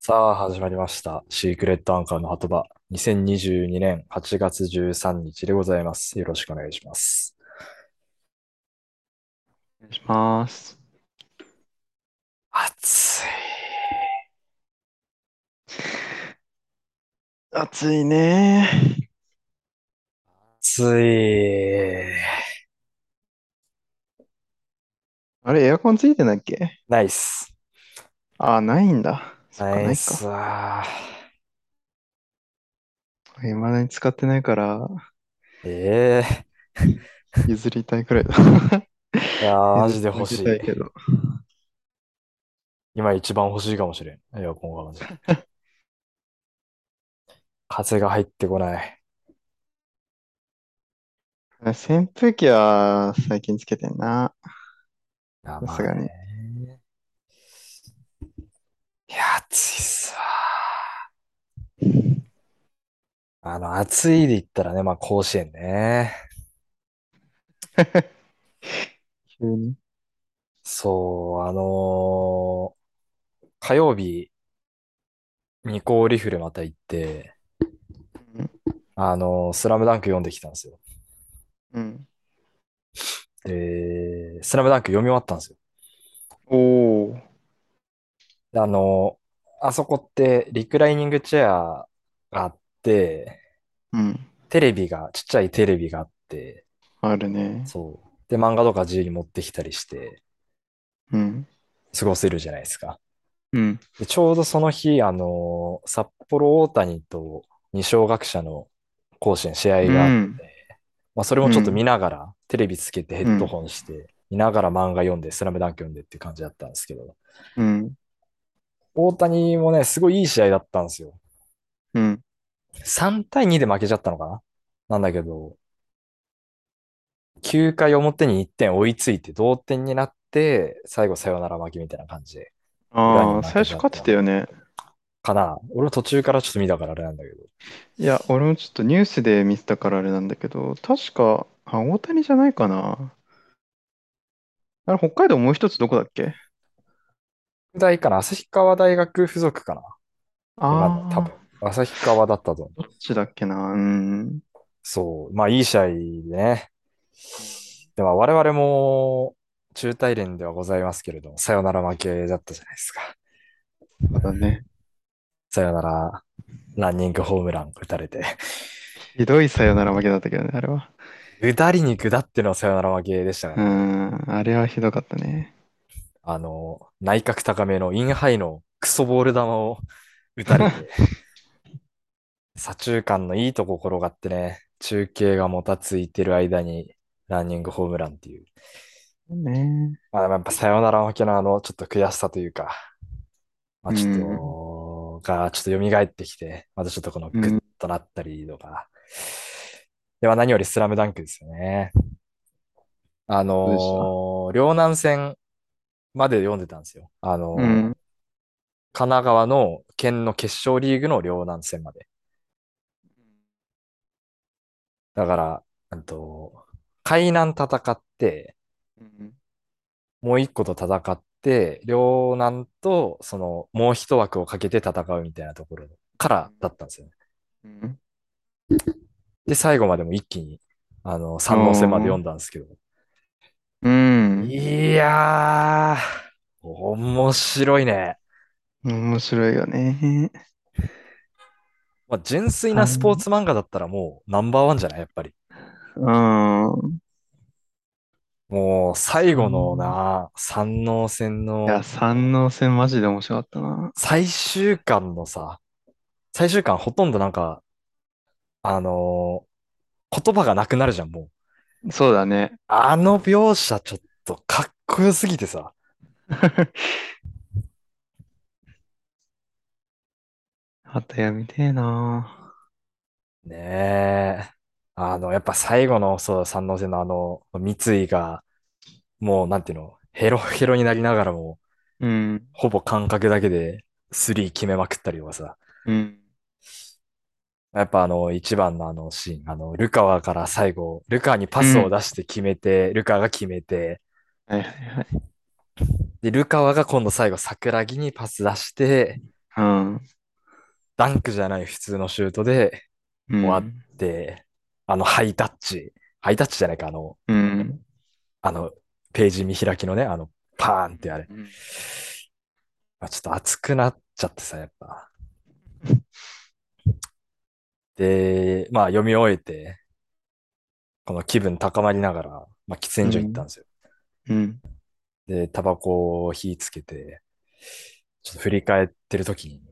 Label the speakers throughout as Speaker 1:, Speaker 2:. Speaker 1: さあ、始まりました。シークレットアンカーの鳩場、2022年8月13日でございます。よろしくお願いします。
Speaker 2: お願いします。
Speaker 1: 暑い。
Speaker 2: 暑いね。
Speaker 1: 暑い。
Speaker 2: あれ、エアコンついてないっけ
Speaker 1: ナイス。
Speaker 2: あ、ないんだ。そっか、
Speaker 1: ナ
Speaker 2: な
Speaker 1: イ
Speaker 2: いか。
Speaker 1: スわ
Speaker 2: 未だに使ってないから、
Speaker 1: ー。ええ
Speaker 2: 譲りたいくらいだ。
Speaker 1: いや ー、マ
Speaker 2: 譲
Speaker 1: ジで欲
Speaker 2: り
Speaker 1: したい。
Speaker 2: いけど。
Speaker 1: 今一番欲しいかもしれん。エアコンがマジで。 風が入ってこない。
Speaker 2: 扇風機は最近つけてんな。
Speaker 1: あ、
Speaker 2: さす
Speaker 1: まあ
Speaker 2: がに。
Speaker 1: ね。いや、暑いっすわー。あの、暑いで言ったらね、まあ、甲子園ね。
Speaker 2: 急に。
Speaker 1: そう、あのー火曜日、二校リフレまた行って、
Speaker 2: うん
Speaker 1: あのースラムダンク読んできたんですよ。
Speaker 2: うん。
Speaker 1: で、スラムダンク読み終わったんですよ。
Speaker 2: おー。
Speaker 1: であのーあそこってリクライニングチェアがあって、
Speaker 2: うん。
Speaker 1: テレビが、ちっちゃいテレビがあって、
Speaker 2: あるね。
Speaker 1: そう。で、漫画とか自由に持ってきたりして
Speaker 2: うん。
Speaker 1: 過ごせるじゃないですか。
Speaker 2: うん。
Speaker 1: で、ちょうどその日、あのー札幌大谷と二松学舎の甲子園試合
Speaker 2: う
Speaker 1: があって
Speaker 2: ん。
Speaker 1: まあ、それも
Speaker 2: う
Speaker 1: ちょっと見
Speaker 2: ん。
Speaker 1: ながら、テレビつけてヘ
Speaker 2: う
Speaker 1: ッド
Speaker 2: ん。
Speaker 1: ホンして、見ながら漫画読んで、スラムダンク読んでっていう感じだったんですけど、
Speaker 2: うん。
Speaker 1: 大谷もね、すごいいい試合だったんですよ。
Speaker 2: うん。
Speaker 1: 3対2で負けちゃったのかななんだけど、9回表に1点追いついて同点になって、最後サヨナラ負けみたいな感じで、裏に
Speaker 2: あ
Speaker 1: 負
Speaker 2: あ、最
Speaker 1: け
Speaker 2: 初
Speaker 1: ちゃっ
Speaker 2: 勝って
Speaker 1: た
Speaker 2: たよね。
Speaker 1: かな俺も途中からちょっと見たからあれなんだけど。
Speaker 2: いや、俺もちょっとニュースで見てたからあれなんだけど、確か、あ、大谷じゃないかな。あれ、北海道もう一つどこだっけ
Speaker 1: 大かな旭川大学附属かな今の多
Speaker 2: あ
Speaker 1: 分。旭川だったと思う。
Speaker 2: あー、どっちだっけな。うん。
Speaker 1: そう、まあいい試合でね。では我々も中大連ではございますけれども、さよなら負けだったじゃないですか。
Speaker 2: そうだね。
Speaker 1: さよならランニングホームラン打たれて。
Speaker 2: ひどいさよなら負けだったけどね、あれは。
Speaker 1: 下りに下ってのさよなら負けでしたか
Speaker 2: う
Speaker 1: らね。
Speaker 2: ん、あれはひどかったね。
Speaker 1: あの、内角高めのインハイのクソボール球を打たれ て、左中間のいいとこ転がってね、中継がもたついてる間にランニングホームランっていう。
Speaker 2: ね
Speaker 1: まあ、やっぱさよなら負けのあの、ちょっと悔しさというか、ま
Speaker 2: う
Speaker 1: あ、ち
Speaker 2: ん、
Speaker 1: ょっと、が、ちょっと蘇ってきて、またちょっとこの
Speaker 2: う
Speaker 1: グッ
Speaker 2: ん、
Speaker 1: となったりとか。では何よりスラムダンクですよね。あ
Speaker 2: どうでした
Speaker 1: のー両南戦まで読んでたんですよ。あ
Speaker 2: う
Speaker 1: のー
Speaker 2: ん、
Speaker 1: 神奈川の県の決勝リーグの両南戦まで。だから、あと、海南戦って、
Speaker 2: うん、
Speaker 1: もう一個と戦って、両南と、その、もう一枠をかけて戦うみたいなところからだったんですよね。
Speaker 2: うん、
Speaker 1: で、最後までも一気に、あの、
Speaker 2: う
Speaker 1: 三能戦まで
Speaker 2: ん、
Speaker 1: 読んだんですけど、
Speaker 2: うん、
Speaker 1: いやー、面白いね。
Speaker 2: 面白いよね。
Speaker 1: まあ、純粋な
Speaker 2: あ
Speaker 1: スポーツ漫画だったらもうナンバーワンじゃないやっぱり。
Speaker 2: の、うん、
Speaker 1: もう最後の
Speaker 2: 三
Speaker 1: な、三能戦
Speaker 2: いや、
Speaker 1: の
Speaker 2: 三能戦マジで面白かったな。
Speaker 1: 最終巻のさ、最終巻ほとんどなんか、あのー言葉がなくなるじゃん、もう。
Speaker 2: そうだね。
Speaker 1: あの描写ちょっとかっこよすぎてさ、
Speaker 2: 鳩やみてえな。
Speaker 1: ねえ。あの、やっぱ最後の、そう、三能戦のあの、三井が、もう、なんていうの、ヘロ ヘロになりながらも、
Speaker 2: うん、
Speaker 1: ほぼ感覚だけで、スリー決めまくったりとかさ。
Speaker 2: うん、
Speaker 1: やっぱあの、一番のあのシーン、あの、ルカワから最後、ルカワにパ
Speaker 2: う
Speaker 1: スを
Speaker 2: ん。
Speaker 1: 出して決めて、ルカワが決めて、
Speaker 2: はいはいはい。
Speaker 1: で、ルカワが今度最後、桜木にパス出して、
Speaker 2: うん。
Speaker 1: ダンクじゃない普通のシュートで、
Speaker 2: うん。
Speaker 1: 終わっで、あのハイタッチ、ハイタッチじゃないか、あの、
Speaker 2: うん。
Speaker 1: あの、ページ見開きのね、あの、パーンってあれ。
Speaker 2: うん
Speaker 1: まあ、ちょっと熱くなっちゃってさ、やっぱ。で、まあ読み終えて、この気分高まりながら、まあ喫煙所行ったんですよ。
Speaker 2: うん。
Speaker 1: で、タバコを火つけて、ちょっと振り返ってる時に、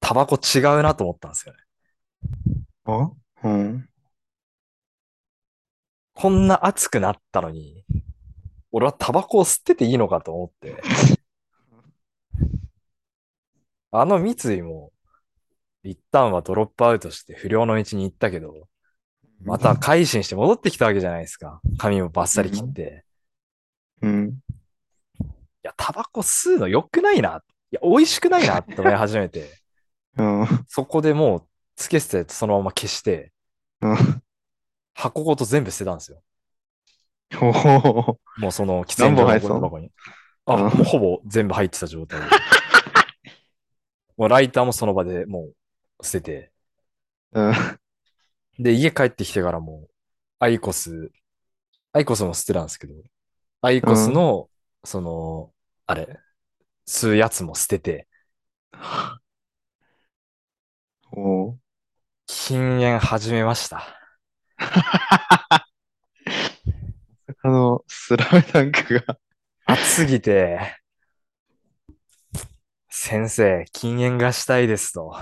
Speaker 1: タバコ違うなと思ったんですよね。
Speaker 2: あうん。
Speaker 1: こんな熱くなったのに、俺はタバコを吸ってていいのかと思って。あの三井も、一旦はドロップアウトして不良の道に行ったけど、また改心して戻ってきたわけじゃないですか。髪もバッサリ切って。
Speaker 2: うん。
Speaker 1: いや、タバコ吸うの良くないな。いや、美味しくないなって思い始めて、
Speaker 2: うん。うん。
Speaker 1: そこでもう、つけてたやつそのまま消して、箱ごと全部捨てたんですよ。
Speaker 2: おお。
Speaker 1: もうその喫煙所のゴミ箱に。あ、
Speaker 2: うん
Speaker 1: もうほぼ全部入ってた状態で。もうライターもその場でもう捨てて。
Speaker 2: うん。
Speaker 1: で、家帰ってきてからもう、アイコス、アイコスも捨てたんですけど、アイコスの、その、あれ、吸うやつも捨てて、
Speaker 2: おお。
Speaker 1: 禁煙始めました。
Speaker 2: あの、スラムダンクが。
Speaker 1: 暑すぎて、先生、禁煙がしたいです と。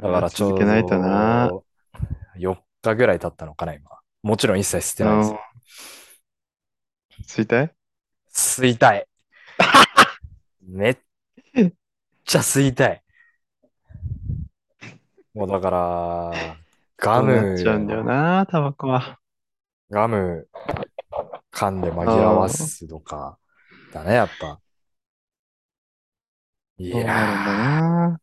Speaker 1: だからちょう
Speaker 2: 続
Speaker 1: ど、
Speaker 2: けないとな。
Speaker 1: 4日ぐらい経ったのかな、今。もちろん一切吸ってないですよ。
Speaker 2: 吸いたい
Speaker 1: 吸い たい。めっちゃ吸いたい。もうだから、ガ
Speaker 2: そうなっちゃうんだよ
Speaker 1: ム、
Speaker 2: な、タバコは。
Speaker 1: ガム噛んで紛らわすとか、だね、やっぱ。い
Speaker 2: そう
Speaker 1: やー
Speaker 2: なるんだな。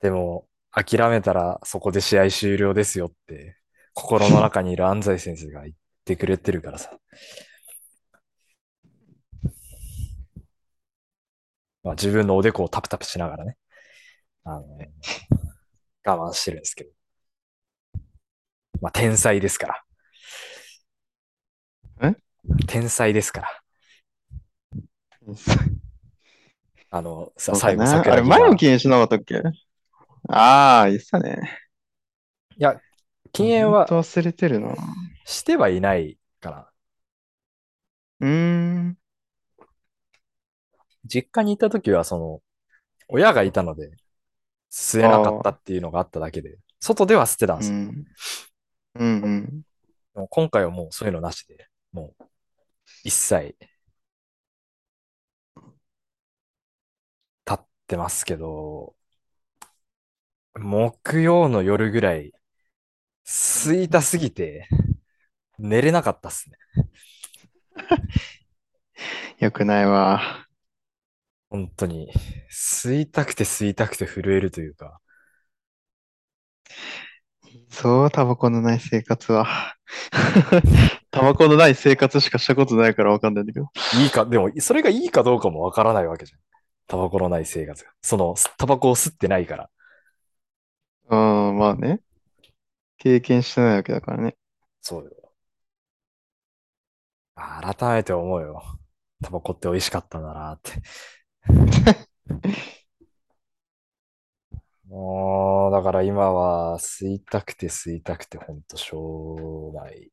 Speaker 1: でも、諦めたらそこで試合終了ですよって、心の中にいる安西先生が言ってくれてるからさ。まあ、自分のおでこをタプタプしながらね、あの、我慢してるんですけど。まあ、天才ですから。
Speaker 2: え
Speaker 1: 天才ですから。あの、さ、最後、
Speaker 2: そうだな
Speaker 1: 桜
Speaker 2: あれ、
Speaker 1: 木が
Speaker 2: 前も禁煙しなかったっけああ、言ってたね。
Speaker 1: いや、禁煙は
Speaker 2: ほんと忘れてるな。う
Speaker 1: してはいないから。
Speaker 2: ーん。
Speaker 1: 実家にいた時は、その、親がいたので、吸えなかったっていうのがあっただけで、外では吸ってたん
Speaker 2: う
Speaker 1: ですよ。
Speaker 2: ん。うんうん。
Speaker 1: でも今回はもうそういうのなしで、もう、一切、経ってますけど、木曜の夜ぐらい、吸いたすぎて、寝れなかったっすね。
Speaker 2: よくないわ。
Speaker 1: 本当に。吸いたくて吸いたくて震えるというか。
Speaker 2: そう、タバコのない生活 は。タバコのない生活しかしたことないからわかんないんだけど。
Speaker 1: いいか、でも、それがいいかどうかもわからないわけじゃん。タバコのない生活が。その、すタバコを吸ってないから。
Speaker 2: うん、まあね。経験してないわけだからね。
Speaker 1: そうよ。あ改めて思うよ。タバコって美味しかったんだなって。 もう、だから今は吸いたくて吸いたくてほんとしょうが ない。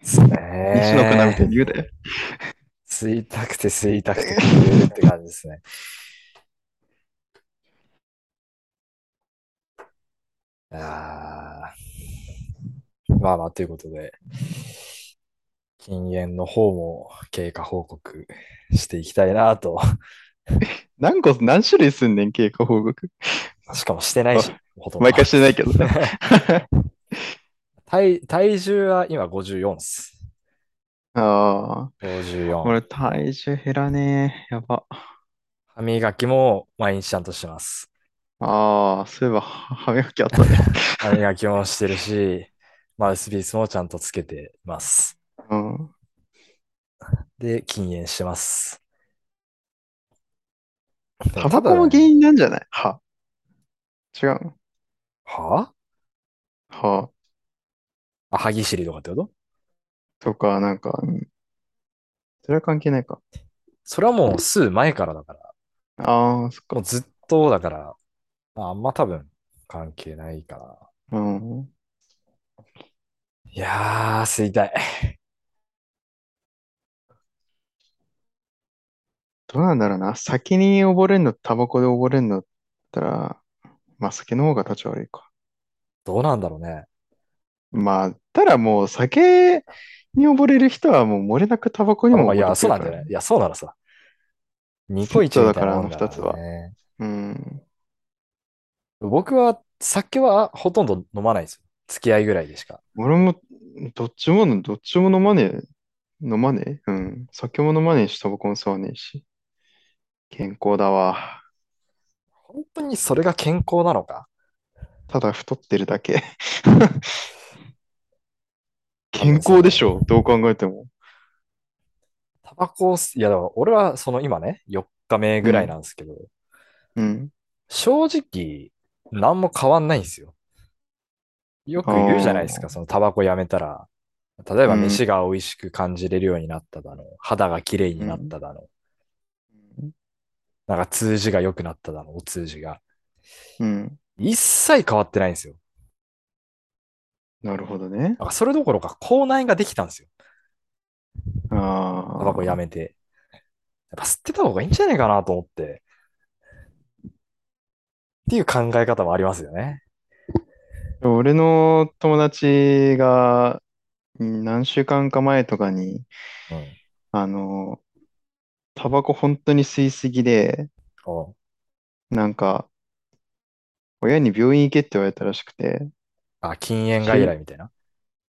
Speaker 1: ですね。
Speaker 2: 西野くなみたいに言うで。
Speaker 1: 吸いたくて吸いたくて震えるって感じですね。あーまあまあ、ということで、禁煙の方も経過報告していきたいなと。
Speaker 2: 何個、何種類すんねん、経過報告。
Speaker 1: しかもしてないし、ほとんど
Speaker 2: 毎回してな いけど ね。
Speaker 1: 体体重は今54です。
Speaker 2: ああ、
Speaker 1: 54。
Speaker 2: 俺体重減らねえ。やば。
Speaker 1: 歯磨きも毎日ちゃんとしてます。
Speaker 2: ああ、そういえば、は歯磨きあったね。
Speaker 1: 歯磨きもしてるし、マウスピースもちゃんとつけてます。
Speaker 2: うん。
Speaker 1: で、禁煙して ます。
Speaker 2: タバコも原因なんじゃない歯。違うの
Speaker 1: は
Speaker 2: 歯。
Speaker 1: あ、歯ぎしりとかってこと
Speaker 2: とか、なんか、うんそれは関係ないか。
Speaker 1: それはもう吸う前からだから。
Speaker 2: ああ、そっ
Speaker 1: も
Speaker 2: か
Speaker 1: う。ずっとだから、まああんま多分関係ないかな。
Speaker 2: うん。
Speaker 1: いやー、吸いたい。
Speaker 2: どうなんだろうな。先に溺れんの、タバコで溺れんのだったら、まあ酒の方が立ち悪いか。
Speaker 1: どうなんだろうね。
Speaker 2: まあ、ただもう酒に溺れる人はもう漏れなくタバコにも
Speaker 1: まあい
Speaker 2: 溺れ
Speaker 1: や、
Speaker 2: て
Speaker 1: そうな
Speaker 2: る
Speaker 1: ん
Speaker 2: か
Speaker 1: じゃな
Speaker 2: ら
Speaker 1: いいや、そうならさ。ニコイチみたいなもんだ
Speaker 2: セットだからあの
Speaker 1: ね。
Speaker 2: うん。
Speaker 1: 僕は酒はほとんど飲まないですよ。付き合いぐらいでしか。
Speaker 2: 俺も、どっちもの、どっちも飲まねえ。飲まねえうん。酒も飲まねえし、タバコも吸わねえし。健康だわ。
Speaker 1: 本当にそれが健康なのか。
Speaker 2: ただ太ってるだけ。 健康でしょ、どう考えても。
Speaker 1: タバコを吸、いや、だから俺はその今ね、4日目ぐらいなんですけど、
Speaker 2: うん。
Speaker 1: 正直、何も変わんないんですよ。よく言うじゃないです
Speaker 2: あ
Speaker 1: か、そのタバコやめたら。例えば
Speaker 2: うん
Speaker 1: 飯が美味しく感じれるようになっただの、肌が綺麗になっただの、なんか通じが良くなっただの、お通じが。
Speaker 2: うん。
Speaker 1: 一切変わってないんですよ。
Speaker 2: なるほどね。
Speaker 1: なんかそれどころか口内ができたんですよ。
Speaker 2: ああ。
Speaker 1: タバコやめて。やっぱ吸ってた方がいいんじゃないかなと思って。っていう考え方もありますよね。
Speaker 2: 俺の友達がうん何週間か前とかに、
Speaker 1: うん。
Speaker 2: あの、タバコ本当に吸いすぎで、
Speaker 1: お
Speaker 2: なんか、親に病院行けって言われたらしくて、
Speaker 1: あ、禁煙外来みたいな。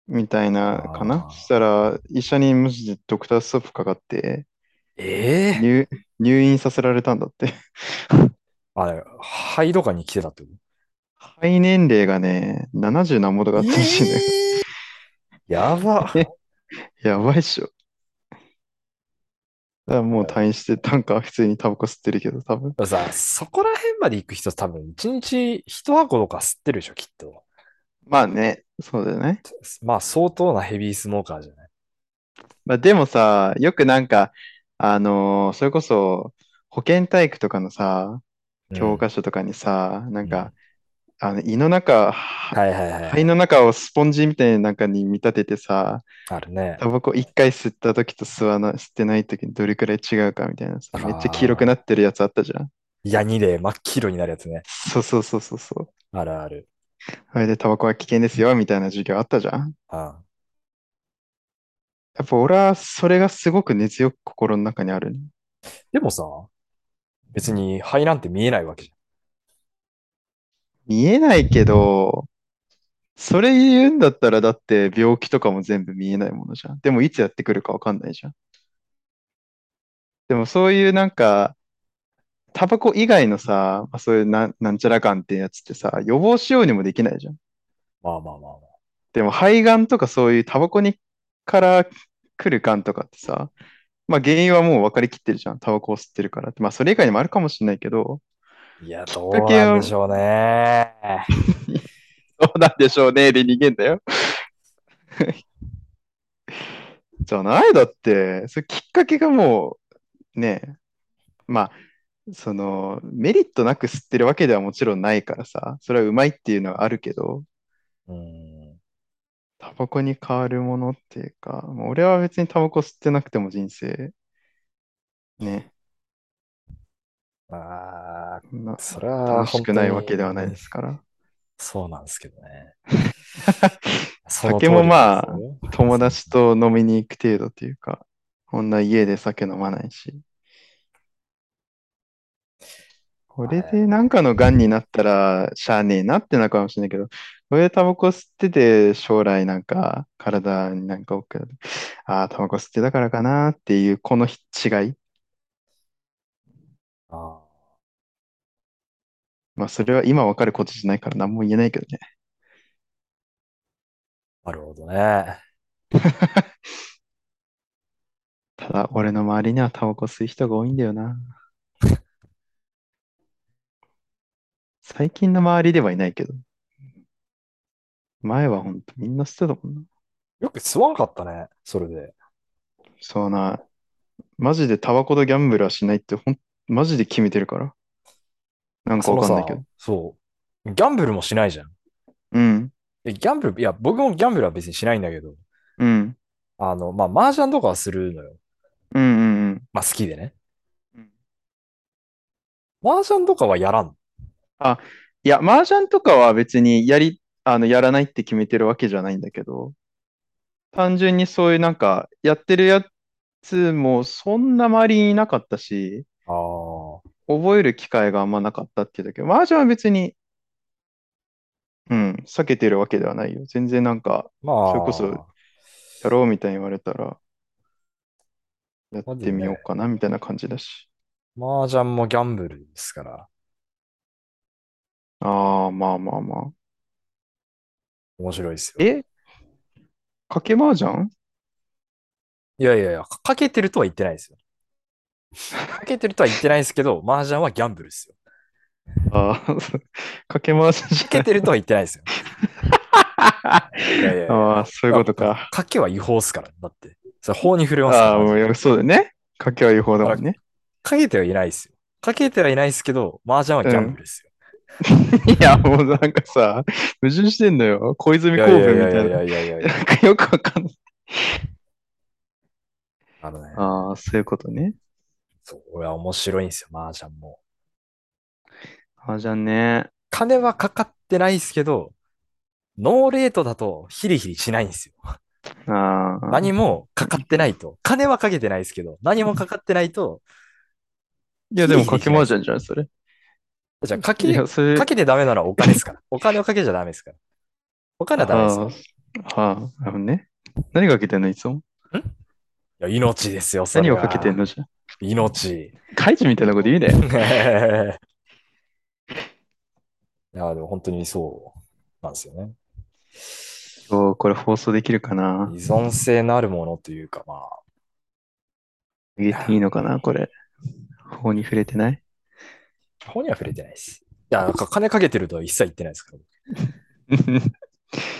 Speaker 2: みたいなかな。
Speaker 1: あー
Speaker 2: そしたら、医者にマジでドクターストップかかって、
Speaker 1: ええ
Speaker 2: 入、入院させられたん だって。
Speaker 1: あれ、肺とかに来てたってこと
Speaker 2: 肺年齢がね、70何ぼとかあったらしいね。
Speaker 1: やば。
Speaker 2: やばいっしょ。だからもう退院してたんか、普通にタバコ吸ってるけど、多分。
Speaker 1: さ、そこら辺まで行く人多分一日一箱とか吸ってるでしょ、きっと。
Speaker 2: まあね、そうだよね。
Speaker 1: まあ相当なヘビースモーカーじゃない。
Speaker 2: まあでもさ、よくなんか、あのーそれこそ、保健体育とかのさ、教科書とかにさ、なんか、あの胃の中、
Speaker 1: うんはいはいはい。
Speaker 2: 肺の中をスポンジみたいななんかに見立ててさ、
Speaker 1: あるね。
Speaker 2: タバコ一回吸った時と吸わな、吸ってない時にどれくらい違うかみたいなさ、めっちゃ黄色くなってるやつあったじゃん。
Speaker 1: ヤニで真っ黄色になるやつね。
Speaker 2: そうそうそうそうそう。
Speaker 1: あるある。
Speaker 2: あれでタバコは危険ですよ、みたいな授業あったじゃん。
Speaker 1: あ
Speaker 2: やっぱ俺はそれがすごく根強く心の中にあるね。
Speaker 1: でもさ、別に肺なんて見えないわけじ
Speaker 2: 見えないけど、それ言うんだったらだって病気とかも全部見えないものじゃん。でもいつやってくるかわかんないじゃん。でもそういうなんか、タバコ以外のさ、まあそういうなん、なんちゃらがんってやつってさ、予防しようにもできないじゃ
Speaker 1: ゃ
Speaker 2: ん。
Speaker 1: ん。まあまあまあまあ。
Speaker 2: でも肺がんとかそういうタバコにから来るがんとかってさ、まあ原因はもう分かりきってるじゃん。タバコを吸ってるからって。まあそれ以外にもあるかもしれないけど、
Speaker 1: いや、
Speaker 2: き
Speaker 1: ど
Speaker 2: っ
Speaker 1: う
Speaker 2: かけを
Speaker 1: なんでしょうね。
Speaker 2: そうなんでしょうね、で逃げんだよ。 じゃないだって、それきっかけがもう、ねえ、まあ、その、メリットなく吸ってるわけではもちろんないからさ、それはうまいっていうのはあるけど、
Speaker 1: うん。
Speaker 2: タバコに変わるものっていうか、もう俺は別にタバコ吸ってなくても人生、ね、
Speaker 1: まあ、
Speaker 2: そんな
Speaker 1: それは
Speaker 2: 楽しくないわけでは
Speaker 1: 本当
Speaker 2: な
Speaker 1: に
Speaker 2: いですから。
Speaker 1: そうなんですけど ね。
Speaker 2: 酒もまあ
Speaker 1: その通りなんですよ
Speaker 2: 友達と飲みに行く程度というか、こんな家で酒飲まないし。これでなんかの癌になったらしゃあねえなってなるかもしれないけど、これでタバコ吸ってて将来なんか体になんか多くなる。ああ、タバコ吸ってたからかなっていうこの違い。
Speaker 1: あ
Speaker 2: まあそれは今わかることじゃないから何も言えないけどね。
Speaker 1: なるほどね。
Speaker 2: ただ、俺の周りにはタバコ吸う人が多いんだ よな。最近の周りではいないけど。前はほんとみんな吸ってたもんな。
Speaker 1: よく吸わんかったね、それで。
Speaker 2: そうな。マジでタバコとギャンブルはしないってほん、マジで決めてるから。なんか
Speaker 1: そ
Speaker 2: わ
Speaker 1: の
Speaker 2: かん
Speaker 1: さ
Speaker 2: ないけど。
Speaker 1: そう。ギャンブルもしないじゃん。
Speaker 2: うん。
Speaker 1: えギャンブル、いや、僕もギャンブルは別にしないんだけど、
Speaker 2: うん。
Speaker 1: あの、まあ、麻雀とかはするのよ。
Speaker 2: うんうんうん。
Speaker 1: まあ、好きでね。
Speaker 2: うん
Speaker 1: 麻雀とかはやらんの。
Speaker 2: いや、麻雀とかは別にやり、あの、やらないって決めてるわけじゃないんだけど、単純にそういうなんか、やってるやつもそんな周りにいなかったし、
Speaker 1: あ
Speaker 2: 覚える機会があんまなかったっていうだけ。麻雀は別に、うん、避けてるわけではないよ。全然なんか、
Speaker 1: あ、まあ、
Speaker 2: それこそやろうみたいに言われたら、や
Speaker 1: まあ
Speaker 2: っ
Speaker 1: で
Speaker 2: て
Speaker 1: もね
Speaker 2: みようかなみたいな感じだし。
Speaker 1: 麻雀もギャンブルですから、
Speaker 2: ああ、まあまあまあ。
Speaker 1: 面白いですよ。
Speaker 2: え賭け麻雀
Speaker 1: いやいやいや、かかけてるとは言ってないですよ。かけてるとは言ってないですけど、麻雀はギャンブルですよ。
Speaker 2: ああ、そう賭け麻雀じ
Speaker 1: かけ
Speaker 2: ゃない
Speaker 1: てるとは言ってないですよ。いやいやいや
Speaker 2: ああ、そういうことか。
Speaker 1: 賭けは違法っすから、だって。それ法に触れますから
Speaker 2: ああ、もうそうだね。賭けは違法だもんね。
Speaker 1: かけてはいないですよ。かけてはいないですけど、麻雀はギャンブルですよ。
Speaker 2: いや、もうなんかさ、矛盾してんのよ。小泉
Speaker 1: い
Speaker 2: 公
Speaker 1: やいや
Speaker 2: 文み
Speaker 1: い
Speaker 2: た
Speaker 1: や
Speaker 2: い
Speaker 1: い
Speaker 2: な。
Speaker 1: やいやいやいや
Speaker 2: なんかよくわかんない。
Speaker 1: あのね、
Speaker 2: ああ、そういうことね。
Speaker 1: そう、これは面白いんですよ、麻雀も。
Speaker 2: ああ、じゃあね。
Speaker 1: 金はかかってないですけど、ノーレートだとヒリヒリしないんですよ。
Speaker 2: ああ、
Speaker 1: 何もかかってないと。金はかけてないですけど、何もかかってないと、
Speaker 2: いや、でも賭け麻雀じゃん、それ。
Speaker 1: じゃあか
Speaker 2: い
Speaker 1: け、
Speaker 2: や、それ。
Speaker 1: かけてダメなのはお金です から。お金をかけちゃダメですから。お金はダメですよ。
Speaker 2: ああ、ああなるほどね。何かけてんの、いつも。
Speaker 1: いや命ですよ、それ
Speaker 2: 何
Speaker 1: が
Speaker 2: をかけてんのじゃん。
Speaker 1: 命。
Speaker 2: カイジみたいなこと言うね。
Speaker 1: いや、でも本当にそうなんですよね。
Speaker 2: 今日これ放送できるかな
Speaker 1: 依存性のあるものというか、まあ、
Speaker 2: 上げていいのかなこれ。法に触れてない
Speaker 1: 法には触れてないです。いや、なんか金かけてるとは一切言ってないですから。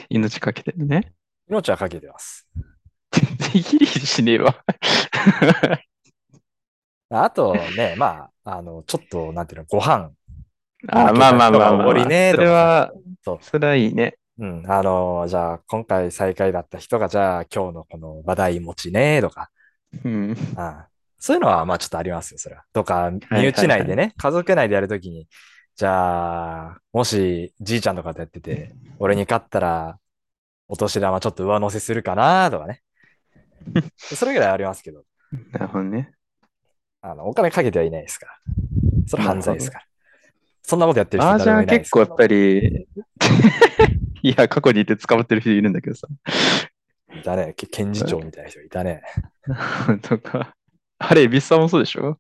Speaker 2: 命かけてるね。
Speaker 1: 命はかけてます。
Speaker 2: 全然ヒリヒリしねえわ。
Speaker 1: あとね、 まあ、あの、ちょっと、なんていうの、ご飯。
Speaker 2: あまあまあまあまあ、
Speaker 1: おごりね
Speaker 2: それは
Speaker 1: そう、
Speaker 2: それはいいね。
Speaker 1: うん、あの、じゃあ、今回最下位だった人が、じゃあ、今日のこの話題持ちね、とか、
Speaker 2: うん。
Speaker 1: ああそういうのは、まあ、ちょっとありますよ、それは。とか、
Speaker 2: はい
Speaker 1: 身内内でね、家族内でやるときに、じゃあ、もし、じいちゃんとかとやってて、俺に勝ったら、お年玉ちょっと上乗せするかな、とか ね。それぐらいはありますけど、
Speaker 2: なるほどね。
Speaker 1: あの、お金かけてはいないですから。それは犯罪ですから。そんなことやってる人
Speaker 2: 麻
Speaker 1: 誰もい
Speaker 2: 雀
Speaker 1: ないです
Speaker 2: 結構やっぱり、 いや、過去にいて捕まってる人いるんだけどさ。
Speaker 1: いたね。け検事長みたいな人いたね。
Speaker 2: とか。あれ、エビスさんもそうでしょ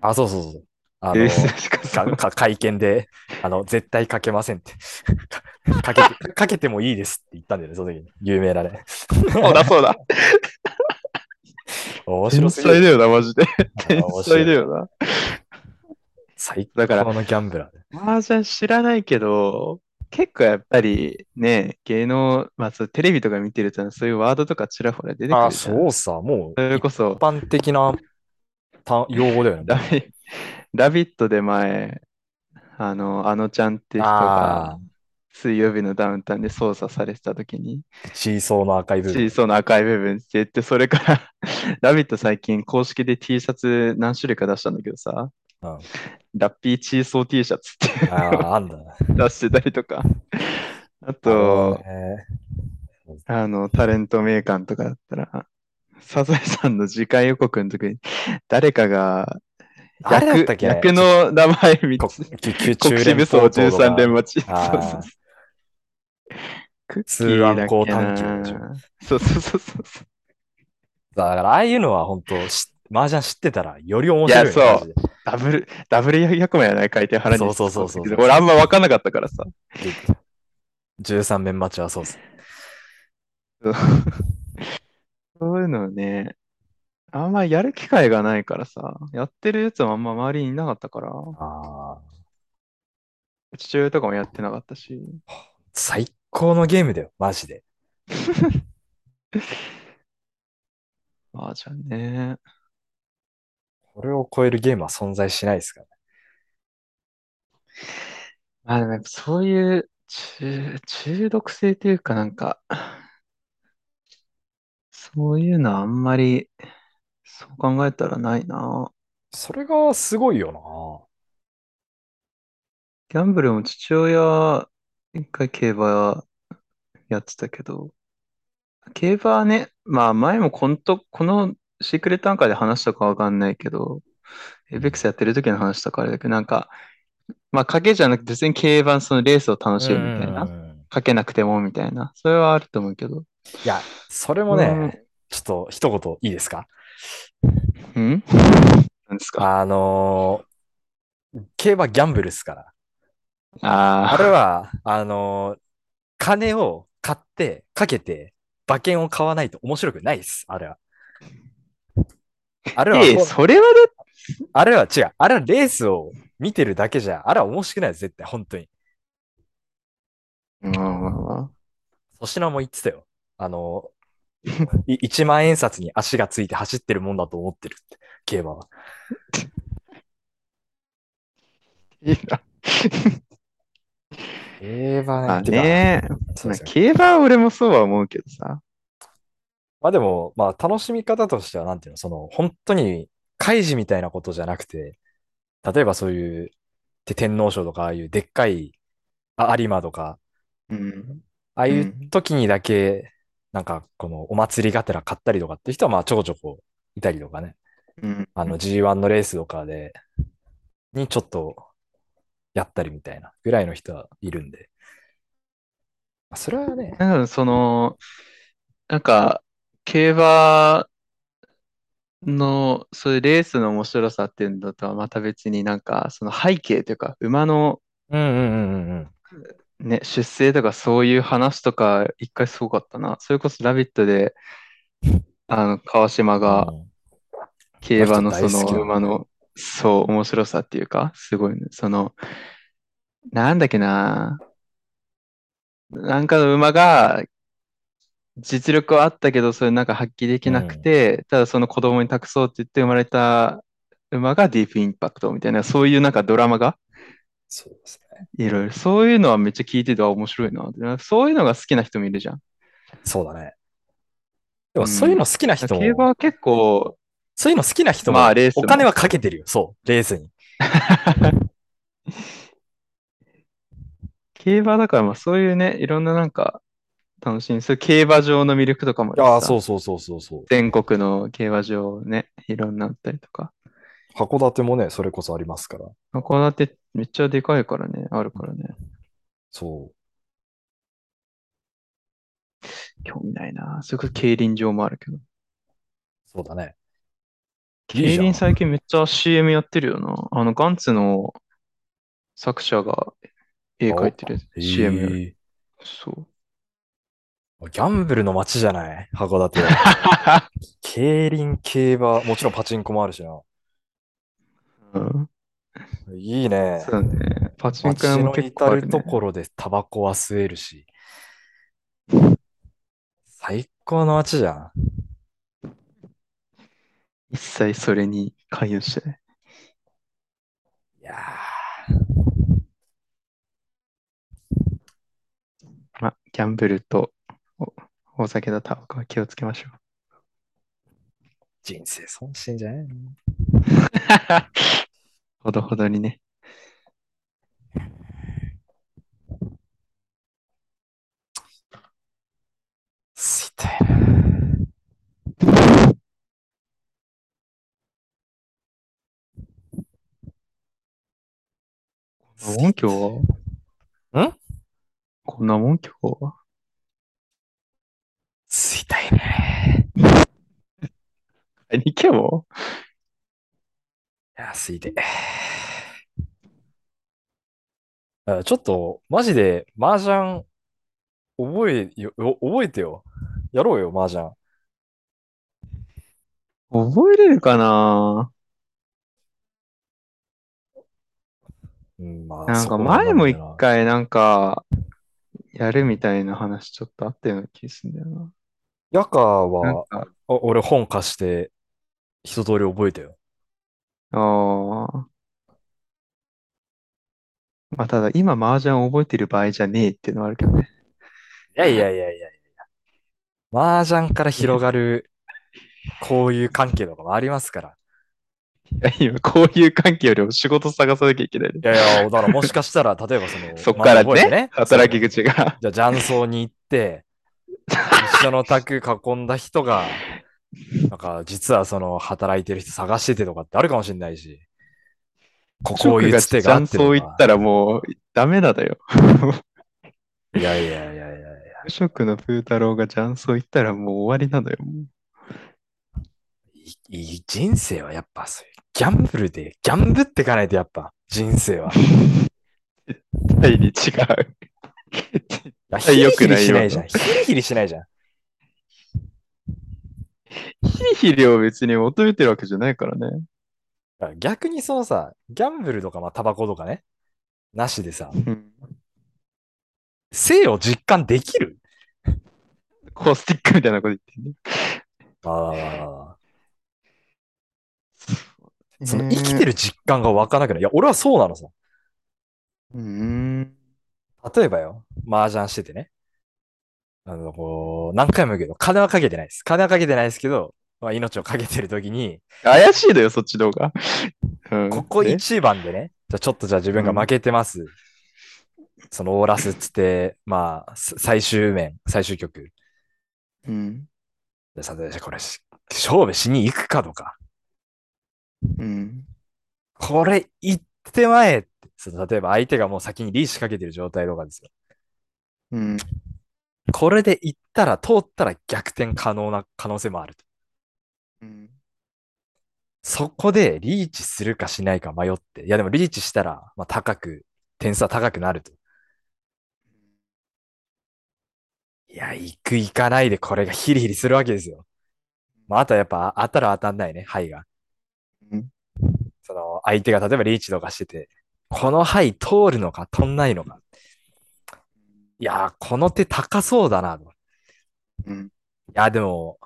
Speaker 1: あ、そうそうそう。あ
Speaker 2: エ
Speaker 1: の
Speaker 2: ビ、スさんしかさ
Speaker 1: か か会見で、あの、絶対かけませんって。 かかけて、かけてもいいですって言ったんだよね、その時に。有名なね。
Speaker 2: そうだそうだ。
Speaker 1: 面白
Speaker 2: 天
Speaker 1: すぎる
Speaker 2: 才だよな、マジで。天
Speaker 1: あ面白い
Speaker 2: 才だよ
Speaker 1: 最
Speaker 2: だから
Speaker 1: 高のギャンブラーで。
Speaker 2: な。麻雀知らないけど、結構やっぱりね、芸能、まあそう、テレビとか見てると、そういうワードとかちらほら出てくるじゃん。
Speaker 1: あ、そうさ、もう、
Speaker 2: それ
Speaker 1: 一
Speaker 2: こそ、
Speaker 1: 般的な単用語だ よね
Speaker 2: ラ。ビ、ラビットで前、あの、あのちゃんって人
Speaker 1: あ
Speaker 2: が、水曜日のダウンタウンで操作されてた時に、
Speaker 1: あ、シーソーの赤い部
Speaker 2: シー
Speaker 1: 分。
Speaker 2: ソーの赤い部分って言って、それから、 ラビット最近公式で T シャツ何種類か出したんだけどさ、
Speaker 1: うん
Speaker 2: ラッピーチーソー T シャツって
Speaker 1: ああ、あんだな。
Speaker 2: 出してたりとか、あ
Speaker 1: あの
Speaker 2: と、
Speaker 1: ね
Speaker 2: あの、タレント名鑑とかだったら、サザエさんの次回予告の時に、誰かが
Speaker 1: あれだったっ
Speaker 2: 役、
Speaker 1: け
Speaker 2: 役の名前見
Speaker 1: こ
Speaker 2: て、
Speaker 1: きき
Speaker 2: 国
Speaker 1: 中
Speaker 2: 士
Speaker 1: 連邦
Speaker 2: 武装
Speaker 1: とか
Speaker 2: 13連待ち。
Speaker 1: あー
Speaker 2: そうそうそうクッキ
Speaker 1: 通
Speaker 2: ーだ
Speaker 1: 案
Speaker 2: っ
Speaker 1: 校
Speaker 2: けな
Speaker 1: 探求でしょ
Speaker 2: そうそうそうそうそ
Speaker 1: だから、ああいうのは本当、し麻雀知ってたら、より面白いよね。
Speaker 2: いやそ
Speaker 1: マ
Speaker 2: う
Speaker 1: ジ
Speaker 2: う。ダブル、ダブル100万やない回転腹に。
Speaker 1: そうそうそうそう
Speaker 2: 俺あんま分かんなかったからさ。
Speaker 1: で。13面待ちはそうです。
Speaker 2: そういうのね、あんまやる機会がないからさ、やってるやつもあんま周りにいなかったから、
Speaker 1: ああ、
Speaker 2: 父親とかもやってなかったし、
Speaker 1: 最高のゲームだよ、マジで。
Speaker 2: まあじゃあね、
Speaker 1: これを超えるゲームは存在しないですから。
Speaker 2: まあでもやっぱそういう中、中毒性というかなんか、そういうのはあんまり、そう考えたらないな。
Speaker 1: それがすごいよ
Speaker 2: ギャンブルも父親、一回競馬やってたけど、競馬はね、まあ前もこのと、このシークレットアンカーで話したかわかんないけど、エイベックスやってる時の話とかあれだけど、なんか、まあ賭けじゃなくて別に競馬のそのレースを楽
Speaker 1: な。
Speaker 2: しむみたいな。
Speaker 1: ん。
Speaker 2: 賭けなくてもみたいな。それはあると思うけど。
Speaker 1: いや、それもね、ちょっと一言いいですか
Speaker 2: うんんなんですか
Speaker 1: あのー競馬ギャンブルっすから。
Speaker 2: あ
Speaker 1: あ
Speaker 2: あ
Speaker 1: れは、あのー金を買って、かけて、馬券を買わないと面白くないです、あれは。あれは、
Speaker 2: ええ、それはだって
Speaker 1: あれは違う。あれはレースを見てるだけじゃ、あれは面白くないです、絶対、本当に。
Speaker 2: うんまあまあま
Speaker 1: 粗品も言ってたよ。あのー、い1万 円札に足がついて走ってるもんだと思ってるって、競馬は。
Speaker 2: あ。いいな。
Speaker 1: 競馬
Speaker 2: まあね。
Speaker 1: そう
Speaker 2: まあ
Speaker 1: ですね。
Speaker 2: 競馬は俺もそうは思うけどさ。
Speaker 1: まあでも、まあ楽しみ方としては、なんていうの、その、本当に、開示みたいなことじゃなくて、例えばそういう、て天皇賞とか、ああいうでっかい、あ有馬とか、
Speaker 2: うん。
Speaker 1: ああいううん時にだけ、なんか、このお祭りがてら買ったりとかっていう人は、まあちょこちょこいたりとかね、
Speaker 2: うん。
Speaker 1: あの G1 のレースとかで、にちょっとやったりみたいなぐらいの人はいるんで、まあそれはね、
Speaker 2: なんかその、なんか、競馬の、そういうレースの面白さっていうのとはまた別になんか、その背景というか、馬の
Speaker 1: うんうんうんうんうん。
Speaker 2: ね、出生とかそういう話とか、一回すごかったな。それこそラビットで、あの、川島が
Speaker 1: うん
Speaker 2: 競馬のそ
Speaker 1: ラビット大好きだ
Speaker 2: の
Speaker 1: ね
Speaker 2: 馬の、そう、面白さっていうか、すごいね。その、なんだっけな。なんかの馬が、実力はあったけど、それなんか発揮できなくて、ただその子供に託そうって言って生まれた馬がディープインパクトみたいな、そういうなんかドラマが
Speaker 1: そうですね。
Speaker 2: いろいろ、そういうのはめっちゃ聞いてて、あ面白いなって。なんかそういうのが好きな人もいるじゃん。
Speaker 1: そうだね。でもそういうの好きな人も、
Speaker 2: 競馬は結構、
Speaker 1: そういうの好きな人も
Speaker 2: まあレースも
Speaker 1: お金はかけてるよ。そう、レースに。
Speaker 2: 競馬だから、まあそういうね、いろんななんか、楽しみ、そういう競馬場の魅力とかもあるし
Speaker 1: ああ、
Speaker 2: さ
Speaker 1: そうそうそうそうそう。
Speaker 2: 全国の競馬場をね、いろんなあったりとか。
Speaker 1: 函館もね、それこそありますから。
Speaker 2: 函館めっちゃでかいからね、あるからね。
Speaker 1: そう。
Speaker 2: 興味ないな。それこそ競輪場もあるけど。
Speaker 1: そうだね。いいじゃん
Speaker 2: 競輪最近めっちゃ CM やってるよな。あの、ガンツの作者が絵描いてる CM やる。
Speaker 1: え
Speaker 2: そう。
Speaker 1: ーギャンブルの街じゃない函館は。 競輪、競馬、もちろんパチンコもあるしな。
Speaker 2: うん
Speaker 1: いいね。
Speaker 2: そうね。パチンコ屋
Speaker 1: 街
Speaker 2: も
Speaker 1: の
Speaker 2: 結
Speaker 1: 至
Speaker 2: 構ある
Speaker 1: る
Speaker 2: ね
Speaker 1: と。ころでタバコは吸えるし。最高の街じゃん。
Speaker 2: 一切それに関与してない。
Speaker 1: いや
Speaker 2: まあ、ギャンブルとおお酒だタバコは気をつけましょ う。
Speaker 1: ー人生損してんじゃないの
Speaker 2: ほどほどにね。
Speaker 1: 吸いたいな。
Speaker 2: こんなもん今日は
Speaker 1: ん
Speaker 2: こんなもん今日は
Speaker 1: 吸いたいね。
Speaker 2: え、行けも
Speaker 1: いや、吸いてえ。あちょっと、マジで、麻雀、覚えよ、お覚えてよ。やろうよ、麻雀。
Speaker 2: 覚えれるかな
Speaker 1: うん、まあ、
Speaker 2: なん
Speaker 1: そ
Speaker 2: か
Speaker 1: こら
Speaker 2: 前
Speaker 1: 辺
Speaker 2: も
Speaker 1: なん
Speaker 2: 一
Speaker 1: だよな。
Speaker 2: 回なんか、やるみたいな話ちょっとあったような気がするんだよな。
Speaker 1: 夜間
Speaker 2: なん
Speaker 1: は、
Speaker 2: か、
Speaker 1: お俺本貸して一通り覚えたよ。
Speaker 2: ああ、まあただ今麻雀覚えてる場合じゃねえっていうのはあるけどね。
Speaker 1: いやいやいやいやいや。麻雀から広がる交友関係とかもありますから。
Speaker 2: いや、今こういう関係よりお仕事探さなきゃいけないね。
Speaker 1: いやいや、だからもしかしたら、例えばその、
Speaker 2: そっから
Speaker 1: まあ覚えて
Speaker 2: ね、働き
Speaker 1: そう
Speaker 2: 口が。
Speaker 1: じゃあ、雀荘に行って、一緒の宅囲んだ人が、なんか、実はその、働いてる人探しててとかってあるかもしれないし、こ こを
Speaker 2: 直
Speaker 1: 言
Speaker 2: が
Speaker 1: つ手があってと
Speaker 2: そう言っ
Speaker 1: か。
Speaker 2: たらもうダメなんだよ。
Speaker 1: いやいやいやいやいや。
Speaker 2: 無職の風太郎が雀荘行ったらもう終わりなのよ。もう
Speaker 1: いいい人生はやっぱそういう、ギャンブルで、ギャンブってかないとやっぱ、人生は。い
Speaker 2: 絶対に違う。
Speaker 1: や、ヒ
Speaker 2: 対
Speaker 1: リ
Speaker 2: 良
Speaker 1: ヒ
Speaker 2: く
Speaker 1: リ
Speaker 2: ない
Speaker 1: し
Speaker 2: よ
Speaker 1: ないじゃん。ヒリヒリしないじゃん。
Speaker 2: ヒリヒリを別に求めてるわけじゃないからね。
Speaker 1: だから逆にそのさ、ギャンブルとか、まあ、タバコとかね、なしでさ、
Speaker 2: うん
Speaker 1: 生を実感できる
Speaker 2: コースティックみたいなこと言ってるね。
Speaker 1: ああ、その
Speaker 2: ね
Speaker 1: 生きてる実感が湧かなくない。いや、俺はそうなのさ。
Speaker 2: うーん。
Speaker 1: 例えばよ、麻雀しててね。あの、こう、何回も言うけど、金はかけてないです。金はかけてないですけど、まあ、命をかけてるときに、
Speaker 2: 怪しいのよ、そっちの方が。うん
Speaker 1: ここ
Speaker 2: ね
Speaker 1: 一番でね、じゃあちょっとじゃあ自分が負けてます。そのオーラスっつって、まあ、さ最終面、最終局。
Speaker 2: うん。
Speaker 1: でさ、でこれし、勝負しに行くかとか、
Speaker 2: うん。
Speaker 1: これ、行ってまえって。その例えば相手がもう先にリーチかけてる状態とかですよ。
Speaker 2: うん。
Speaker 1: これで行ったら、通ったら逆転可能な可能性もあると。
Speaker 2: うん。
Speaker 1: そこでリーチするかしないか迷って。いや、でもリーチしたら、まあ、高く、点数は高くなると。いや、行く行かないでこれがヒリヒリするわけですよ。まあ、あとはやっぱ、あ当たら当たんないね、牌が。
Speaker 2: うん
Speaker 1: その、相手が例えばリーチとかしてて、この牌通るのか通んないのか。いやー、この手高そうだなと。
Speaker 2: うん。
Speaker 1: いや、でも、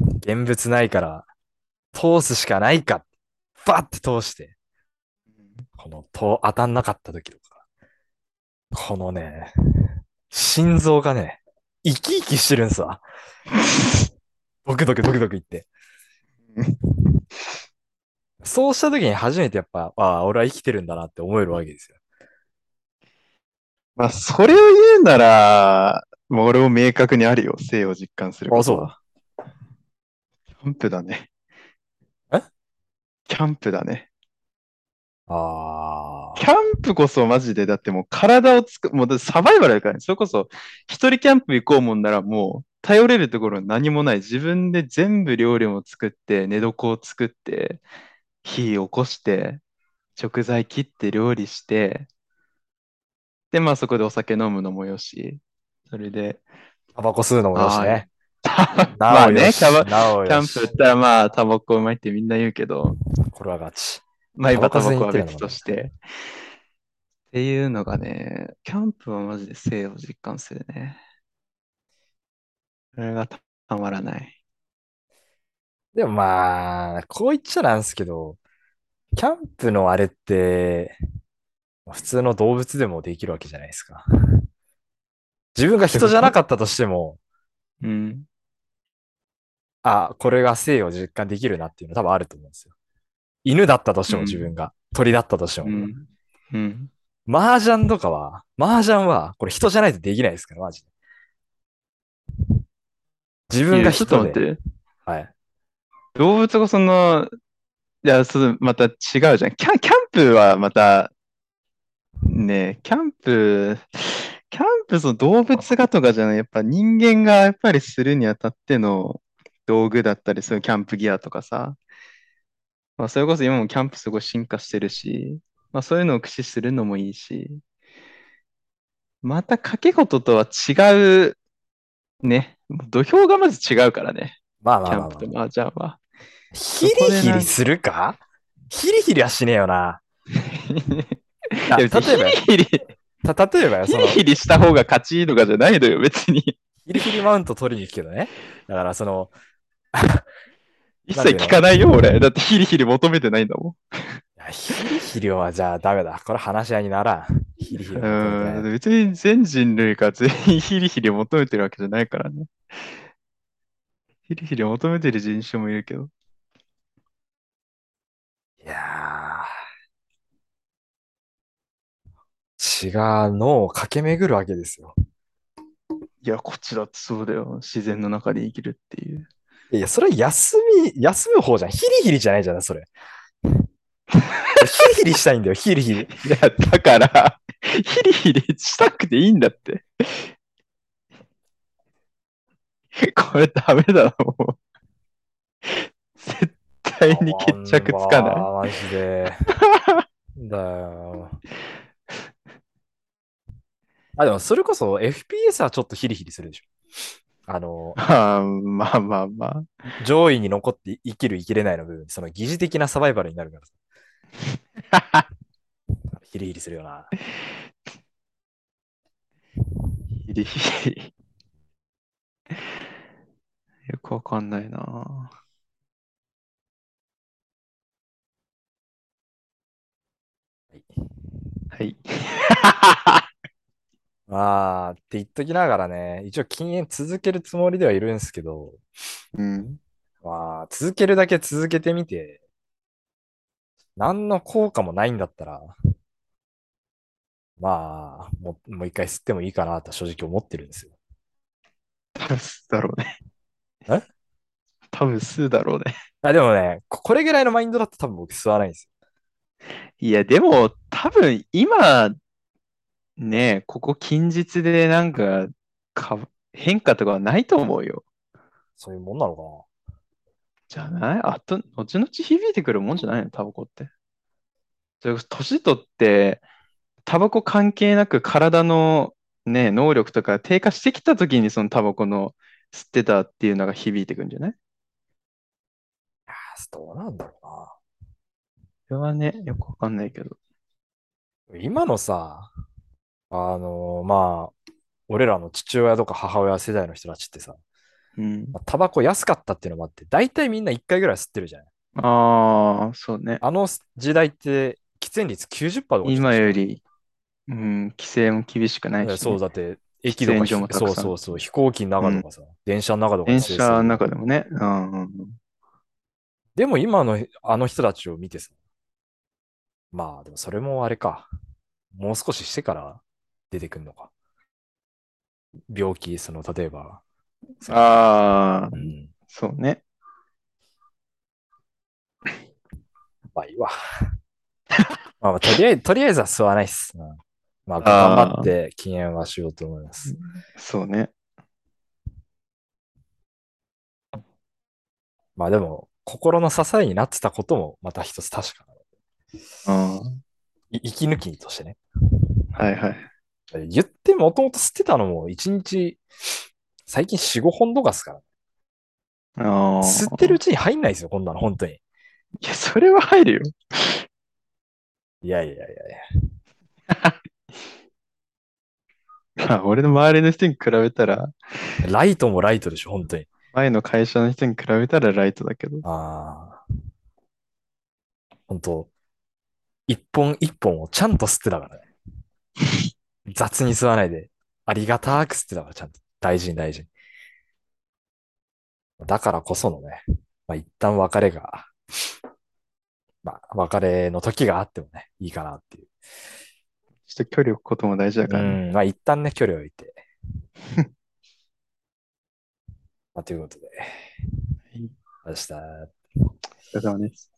Speaker 1: 現物ないから、通すしかないか。バッて通して、この、と、当たんなかった時とか。このね、心臓がね、生き生きしてるんすわ。 ドクドクドクドク言って。そうした時に初めてやっぱ、ああ、俺は生きてるんだなって思えるわけですよ。
Speaker 2: まあ、それを言うなら、もう俺も明確にあるよ、性を実感することは。キャンプだね。
Speaker 1: え
Speaker 2: キャンプだね。
Speaker 1: あ
Speaker 2: キャンプこそマジで、だってもう体をつく、もうだってサバイバルだからね。それこそ、一人キャンプ行こうもんならもう、頼れるところ何もない。自分で全部料理も作って、寝床を作って、火起こして、食材切って料理して、で、まあそこでお酒飲むのもよし、それで、
Speaker 1: タバコ吸うのもよしね。
Speaker 2: ま
Speaker 1: な
Speaker 2: あ
Speaker 1: およ
Speaker 2: ね、
Speaker 1: し
Speaker 2: キャバ、
Speaker 1: なお
Speaker 2: キャ
Speaker 1: よ
Speaker 2: ン
Speaker 1: し
Speaker 2: プ行ったらまあ、タバコうまいってみんな言うけど、
Speaker 1: これはガチ。
Speaker 2: まあ今
Speaker 1: タ
Speaker 2: タ
Speaker 1: バコ吸
Speaker 2: バ
Speaker 1: いに
Speaker 2: コ
Speaker 1: 行っ
Speaker 2: は
Speaker 1: てるのもね
Speaker 2: 別として。っていうのがね、キャンプはマジで性を実感するね。それがたまらない。
Speaker 1: でもまあ、こう言っちゃなんですけど、キャンプのあれって、普通の動物でもできるわけじゃないですか。自分が人じゃなかったとしても、
Speaker 2: うん。
Speaker 1: あ、これが性を実感できるなっていうの多分あると思うんですよ。犬だったとしても
Speaker 2: うん
Speaker 1: 自分が、鳥だったとしても。
Speaker 2: うん。うん。
Speaker 1: 麻雀とかは、麻雀は、これ人じゃないとできないですから、マジで。自分
Speaker 2: い
Speaker 1: が
Speaker 2: やちょっと
Speaker 1: 人
Speaker 2: 待っ
Speaker 1: で。
Speaker 2: て。
Speaker 1: はい。
Speaker 2: 動物がそんな、いや、そのまた違うじゃん。キャン、キャンプはまた、ねえ、キャンプ、キャンプ、その動物がとかじゃない、やっぱ人間がやっぱりするにあたっての道具だったり、そういうキャンプギアとかさ、まあ、それこそ今もキャンプすごい進化してるし、まあ、そういうのを駆使するのもいいし、また賭け事とは違う、ね、土俵がまず違うからね。
Speaker 1: まあま
Speaker 2: キ
Speaker 1: あ
Speaker 2: ャ
Speaker 1: まあ
Speaker 2: ン
Speaker 1: ま
Speaker 2: プ
Speaker 1: あ
Speaker 2: と麻雀は。
Speaker 1: ヒリヒリするかヒリヒリはしねえよな。あ例
Speaker 2: いや、
Speaker 1: えば
Speaker 2: 別に ヒリヒリ、
Speaker 1: よた例えばよ、
Speaker 2: ヒ
Speaker 1: その、
Speaker 2: リ
Speaker 1: ヒ
Speaker 2: ヒリした方が勝ちとかじゃないのよ、別に。
Speaker 1: リヒリマウント取りに行くけどね。だから、その、
Speaker 2: 一切聞かないよ、俺。だってヒリヒリ求めてないんだもん。
Speaker 1: いやヒリヒリはじゃあダメだ。これ話し合いにならん。ヒリヒリ
Speaker 2: う
Speaker 1: は求めてない
Speaker 2: ん、別に全人類が全員 ヒリヒリ求めてるわけじゃないからね。ヒリヒリ求めてる人種もいるけど。
Speaker 1: いやー、血が脳を駆け巡るわけですよ。
Speaker 2: いや、こっちだってそうだよ。自然の中で生きるっていう。
Speaker 1: いや、それは休み、休む方じゃん。ヒリヒリじゃないじゃない、そ れ。ヒリヒリしたいんだよ、ヒリヒリ。
Speaker 2: いや、だから、ヒリヒリしたくていいんだって。これダメだな、もう。絶対に決着つかな
Speaker 1: い。マ
Speaker 2: い。
Speaker 1: ジで。だよ。あ、でも、それこそ FPS はちょっとヒリヒリするでしょ。あの、
Speaker 2: あーまあまあまあ。
Speaker 1: 上位に残って生きる生きれないの部分、その疑似的なサバイバルになるからさ。 ヒリヒリするよな。
Speaker 2: ヒリヒリ。よくわかんないな。
Speaker 1: はい
Speaker 2: はい。
Speaker 1: まあ、って言っときながらね、一応禁煙続けるつもりではいるんですけど、
Speaker 2: うん。
Speaker 1: まあ、続けるだけ続けてみて、何の効果もないんだったら、まあ、もう、もう一回吸ってもいいかなと正直思ってるんですよ。
Speaker 2: 多分吸うだろうね。
Speaker 1: え
Speaker 2: 多分吸うだろうね。
Speaker 1: あ、でもね、ここれぐらいのマインドだと多分僕吸わないんですよ。
Speaker 2: いや、でも、多分今、ね、ここ近日でなんかか、変化とかはないと思うよ。
Speaker 1: そういうもんなのかな
Speaker 2: じゃないあと、後々響いてくるもんじゃないのタバコって。それこそ年取って、タバコ関係なく体のね、能力とか低下してきた時にそのタバコの吸ってたっていうのが響いてくるんじゃない
Speaker 1: あどうなんだろう
Speaker 2: それはね、よくわかんないけど。
Speaker 1: な。今のさ、あのまあ、俺らの父親とか母親世代の人たちってさ、
Speaker 2: うん。
Speaker 1: まあタバコ安かったっていうのもあって、大体みんな1回ぐらい吸ってるじゃない。
Speaker 2: ああ、そうね。
Speaker 1: あの時代って喫煙率90%とか
Speaker 2: 今より、うん、規制も厳しくないしね、
Speaker 1: そうだって、駅と
Speaker 2: 喫
Speaker 1: か
Speaker 2: 煙所もたく
Speaker 1: そう
Speaker 2: さん
Speaker 1: そうそう、飛行機の中とかさ、電車の中とか
Speaker 2: 電
Speaker 1: 規制する
Speaker 2: 車の中でもね。うんうんうん。
Speaker 1: でも今のあの人たちを見てさ、まあでもそれもあれか、もう少ししてから出てくんのか。病気、その例えば、その
Speaker 2: ああ、
Speaker 1: うん、
Speaker 2: そうね。
Speaker 1: まあいいわ。 まあまあとりあえず、とりあえずは吸わないっす。うんまあ頑張って禁煙はしようと思います。
Speaker 2: そうね。
Speaker 1: まあでも、心の支えになってたこともまた一つ確かな。
Speaker 2: うん。
Speaker 1: い息抜きとしてね。
Speaker 2: はいはい。
Speaker 1: 言ってもともと吸ってたのも1日、最近4、5本とかっすから。
Speaker 2: ああ。
Speaker 1: 吸ってるうちに入んないですよ、こんなの、本当に。
Speaker 2: いや、それは入るよ。
Speaker 1: いやいやいやい
Speaker 2: まあ、俺の周りの人に比べたら、
Speaker 1: や。ライトもライトでしょ、本当に。
Speaker 2: 前の会社の人に比べたらライトだけど。
Speaker 1: ああ。本当一本一本をちゃんと吸ってたからね。雑に吸わないで、ありがたく吸ってたから、ちゃんと。大事に大事に。だからこそのね、まあ一旦別れが、まあ別れの時があってもね、いいかなっていう。
Speaker 2: ちょっと距離を置くことも大事だ
Speaker 1: う
Speaker 2: からね。
Speaker 1: ん、まあ一旦ね、距離を置いて。まあということで、
Speaker 2: い
Speaker 1: 明日。
Speaker 2: お疲れ様です。